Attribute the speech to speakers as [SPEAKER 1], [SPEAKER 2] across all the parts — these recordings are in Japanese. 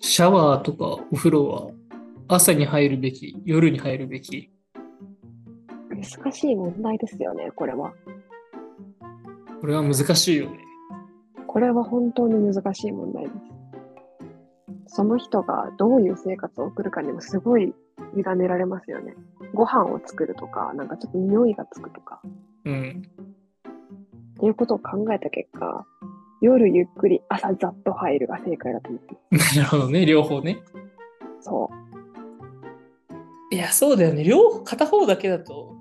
[SPEAKER 1] シャワーとかお風呂は朝に入るべき、夜に入るべき。
[SPEAKER 2] 難しい問題ですよね、これは。
[SPEAKER 1] これは難しいよね。
[SPEAKER 2] これは本当に難しい問題です。その人がどういう生活を送るかにもすごい委ねられますよね。ご飯を作るとか、なんかちょっと匂いがつくとか、
[SPEAKER 1] うん。
[SPEAKER 2] っていうことを考えた結果、夜ゆっくり、朝ざっと入るが正解だと思ってま
[SPEAKER 1] なるほどね、両方ね。
[SPEAKER 2] す。そ
[SPEAKER 1] いや、そうだよね。両方、片方だけだと、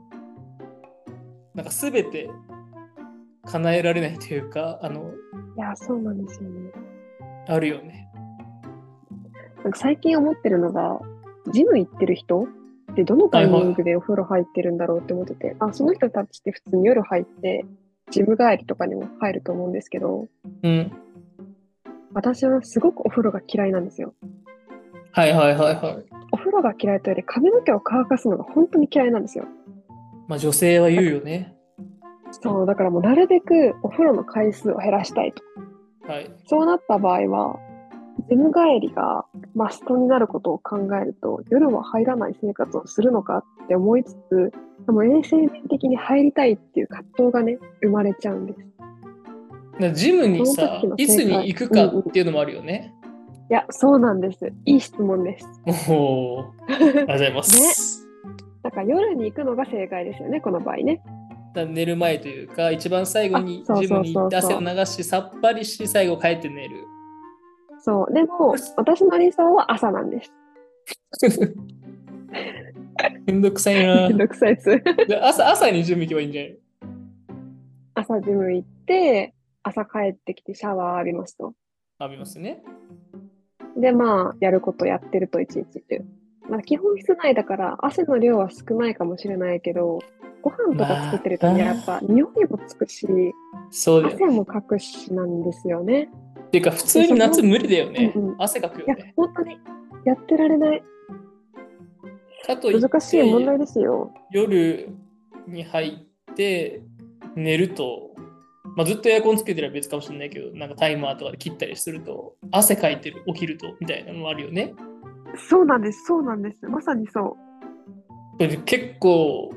[SPEAKER 1] なんか全て叶えられないというか、あの、
[SPEAKER 2] う。いや、そうなんですよね。
[SPEAKER 1] あるよね。
[SPEAKER 2] なんか最近思ってるのが、ジム行ってる人ってどのタイミングでお風呂入ってるんだろうって思ってて、あ、その人たちって普通に夜入って、ジム帰りとかにも入ると思うんですけど、
[SPEAKER 1] うん。
[SPEAKER 2] 私はすごくお風呂が嫌いなんですよ。
[SPEAKER 1] はいはいはいはい。
[SPEAKER 2] お風呂が嫌いというより髪の毛を乾かすのが本当に嫌いなんですよ。
[SPEAKER 1] まあ女性は言うよね。
[SPEAKER 2] そう、だからもうなるべくお風呂の回数を減らしたいと。
[SPEAKER 1] はい。
[SPEAKER 2] そうなった場合は、ジム帰りがマストになることを考えると、夜は入らない生活をするのかって思いつつ、でも衛生的に入りたいっていう葛藤がね、生まれちゃうんです。
[SPEAKER 1] なジムにさ
[SPEAKER 2] その
[SPEAKER 1] い
[SPEAKER 2] 時の正、解
[SPEAKER 1] つに行くかっていうのもあるよね。
[SPEAKER 2] いや、そうなんです。いい質問です。
[SPEAKER 1] おお、ありがとうございます。
[SPEAKER 2] だから夜に行くのが正解ですよね、この場合ね。
[SPEAKER 1] だ寝る前というか、一番最後に
[SPEAKER 2] あそうそう
[SPEAKER 1] ジムに行って
[SPEAKER 2] そう
[SPEAKER 1] 汗
[SPEAKER 2] そう
[SPEAKER 1] を流し、さっぱりし、最後帰って寝る。
[SPEAKER 2] そう。でも、私の理想は朝なんです。
[SPEAKER 1] めんどくさい
[SPEAKER 2] め。
[SPEAKER 1] なん
[SPEAKER 2] どくさいやつ。
[SPEAKER 1] で朝朝にジム行けばいいんじゃない
[SPEAKER 2] 朝ジム行って、朝帰ってきてシャワー浴びますと。
[SPEAKER 1] 浴びますね。
[SPEAKER 2] で、まあ、やることやってると一日中。まあ、基本室内だから、汗の量は少ないかもしれないけど、ご飯とか作ってるとね、
[SPEAKER 1] まあ
[SPEAKER 2] やっぱ匂いもつくし、
[SPEAKER 1] そうだよ。
[SPEAKER 2] 汗もかくしなんですよね。
[SPEAKER 1] っていうか、普通に夏無理だよね
[SPEAKER 2] うんうん。
[SPEAKER 1] 汗かくよ
[SPEAKER 2] いや
[SPEAKER 1] ね。、
[SPEAKER 2] 本当にやってられない。
[SPEAKER 1] かといって、
[SPEAKER 2] 難しい問題ですよ。
[SPEAKER 1] 夜に入って寝ると、まあ、ずっとエアコンつけてれば別かもしれないけど、なんかタイマーとかで切ったりすると、汗かいてる、起きると、みたいなのもあるよね。
[SPEAKER 2] そうなんです、そうなんです。まさにそう。
[SPEAKER 1] これ結構、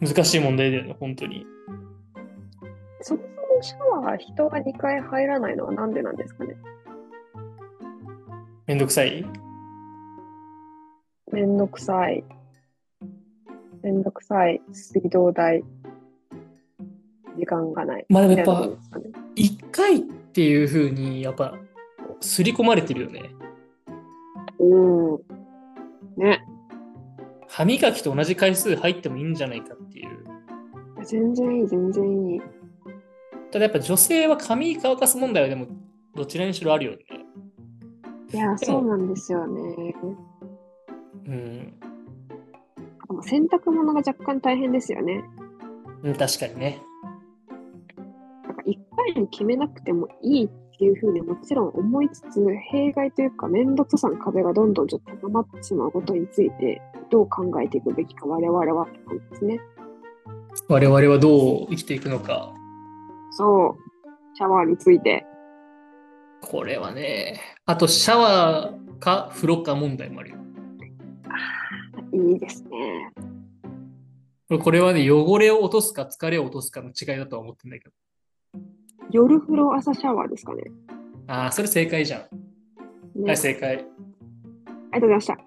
[SPEAKER 1] 難しい問題だよね、本当に。
[SPEAKER 2] そもそもシャワー、人が2回入らないのはなんでなんですかね。
[SPEAKER 1] めんどくさい
[SPEAKER 2] めんどくさい。めんどくさい。水道代。時間がない。
[SPEAKER 1] まあでも
[SPEAKER 2] み
[SPEAKER 1] や
[SPEAKER 2] た
[SPEAKER 1] っ
[SPEAKER 2] い
[SPEAKER 1] ぱ
[SPEAKER 2] なこと、ですかね。
[SPEAKER 1] 一回っていう風に、やっぱ、刷り込まれてるよね。
[SPEAKER 2] うん。ね。
[SPEAKER 1] 歯磨きと同じ回数入ってもいいんじゃないかっていう。
[SPEAKER 2] 全然いい、全然いい。
[SPEAKER 1] ただやっぱ女性は髪乾かす問題はでも、どちらにしろあるよね。
[SPEAKER 2] いや、そうなんですよね。
[SPEAKER 1] うん。
[SPEAKER 2] でも洗濯物が若干大変ですよね。
[SPEAKER 1] うん、確かにね。
[SPEAKER 2] なんか一回に決めなくてもいいっていうふうにもちろん思いつつ、弊害というか、面倒くさの壁がどんどんちょっと高まってしまうことについて、どう考えていくべきか我々はって感じですね。
[SPEAKER 1] 我々はどう生きていくのか。
[SPEAKER 2] そう。シャワーについて。
[SPEAKER 1] これはね。あと、シャワーか風呂か問題もあるよ。
[SPEAKER 2] いいですね。
[SPEAKER 1] これこれはね、汚れを落とすか疲れを落とすかの違いだとは思ってんだけど。
[SPEAKER 2] 夜風呂、朝シャワーですかね。
[SPEAKER 1] ああ、それ正解じゃん。
[SPEAKER 2] ね
[SPEAKER 1] はい、正解。や
[SPEAKER 2] ありがとうございました。
[SPEAKER 1] っ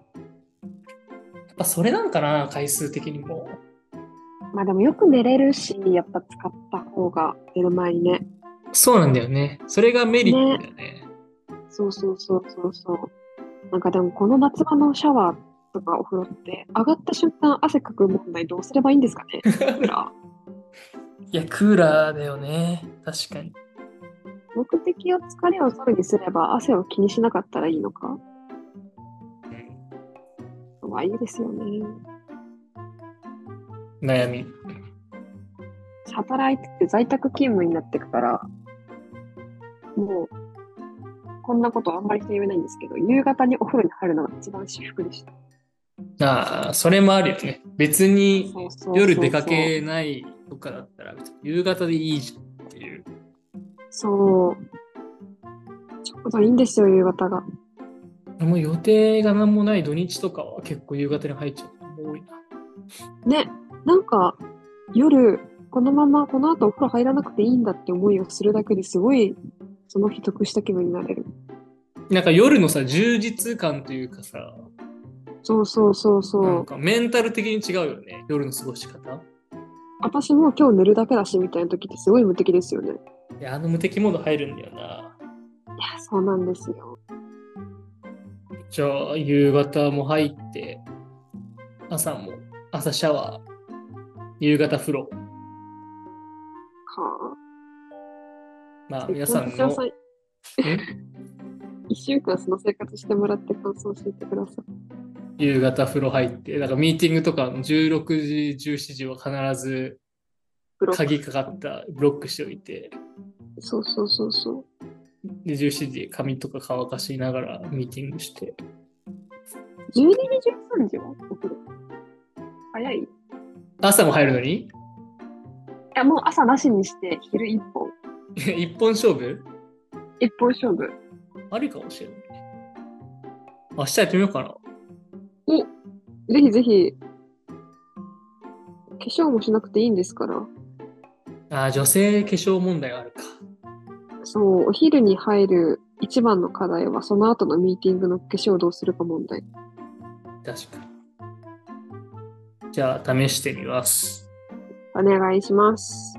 [SPEAKER 1] ぱそれなんかな、回数的にも。
[SPEAKER 2] まあでもよく寝れるし、やっぱ使った方が寝る前にね。
[SPEAKER 1] そうなんだよね。それがメリットだよね。
[SPEAKER 2] そうそうそうそうそう。なんかでもこの夏場のシャワーとかお風呂って上がった瞬間汗かく問題どうすればいいんですかねクーラ
[SPEAKER 1] いや、クーラーだよね。確かに。
[SPEAKER 2] ー目的を疲れを取るにすれば汗を気にしなかったらいいのかはいいですよね。
[SPEAKER 1] 悩み。
[SPEAKER 2] 働いてて在宅勤務になってくから、もう、こんなことあんまり言えないんですけど、夕方にお風呂に入るのが一番至福でした。
[SPEAKER 1] ああ、それもあるよね。別に
[SPEAKER 2] そうそうそうそう
[SPEAKER 1] 夜出かけないとかだったら、夕方でいいじゃんっていう。
[SPEAKER 2] そう。ちょうどいいんですよ、夕方が。
[SPEAKER 1] もう予定が何もない土日とかは結構夕方に入っちゃうことも多いな。
[SPEAKER 2] ね、なんか夜、このままこの後お風呂入らなくていいんだって思いをするだけですごい、その日得した気分になれる。
[SPEAKER 1] なんか夜のさ、充実感というかさ、
[SPEAKER 2] そうそうそうそう。
[SPEAKER 1] なんかメンタル的に違うよね、夜の過ごし方。
[SPEAKER 2] 私もう今日寝るだけだしみたいな時ってすごい無敵ですよね。い
[SPEAKER 1] いや、あの無敵モード入るんだよな。
[SPEAKER 2] や、そうなんですよ。
[SPEAKER 1] じゃあ、夕方も入って、朝も、朝シャワー、夕方風呂。
[SPEAKER 2] は
[SPEAKER 1] まあ、
[SPEAKER 2] あ。
[SPEAKER 1] 皆さん
[SPEAKER 2] 幸せ
[SPEAKER 1] の
[SPEAKER 2] さん一週間その生活してもらって感想教えてください。
[SPEAKER 1] 夕方風呂入って、なんかミーティングとかの16時、17時は必ず
[SPEAKER 2] ブロック
[SPEAKER 1] 鍵かかったブロックしておいて、
[SPEAKER 2] そうそうそうそう。
[SPEAKER 1] で、17時髪とか乾かしながらミーティングして。
[SPEAKER 2] 12時、13時はお風呂。早いい
[SPEAKER 1] 朝も入るのに
[SPEAKER 2] や、もう朝なしにして昼一本。
[SPEAKER 1] 一本勝負
[SPEAKER 2] 一本勝負。
[SPEAKER 1] ありかもしれない。明日やってみようかな。
[SPEAKER 2] ぜひぜひ。化粧もしなくていいんですから。
[SPEAKER 1] あー女性化粧問題があるか。
[SPEAKER 2] そう、お昼に入る一番の課題は、その後のミーティングの化粧をどうするか問題。
[SPEAKER 1] 確かに。じゃあ、試してみます。
[SPEAKER 2] お願いします。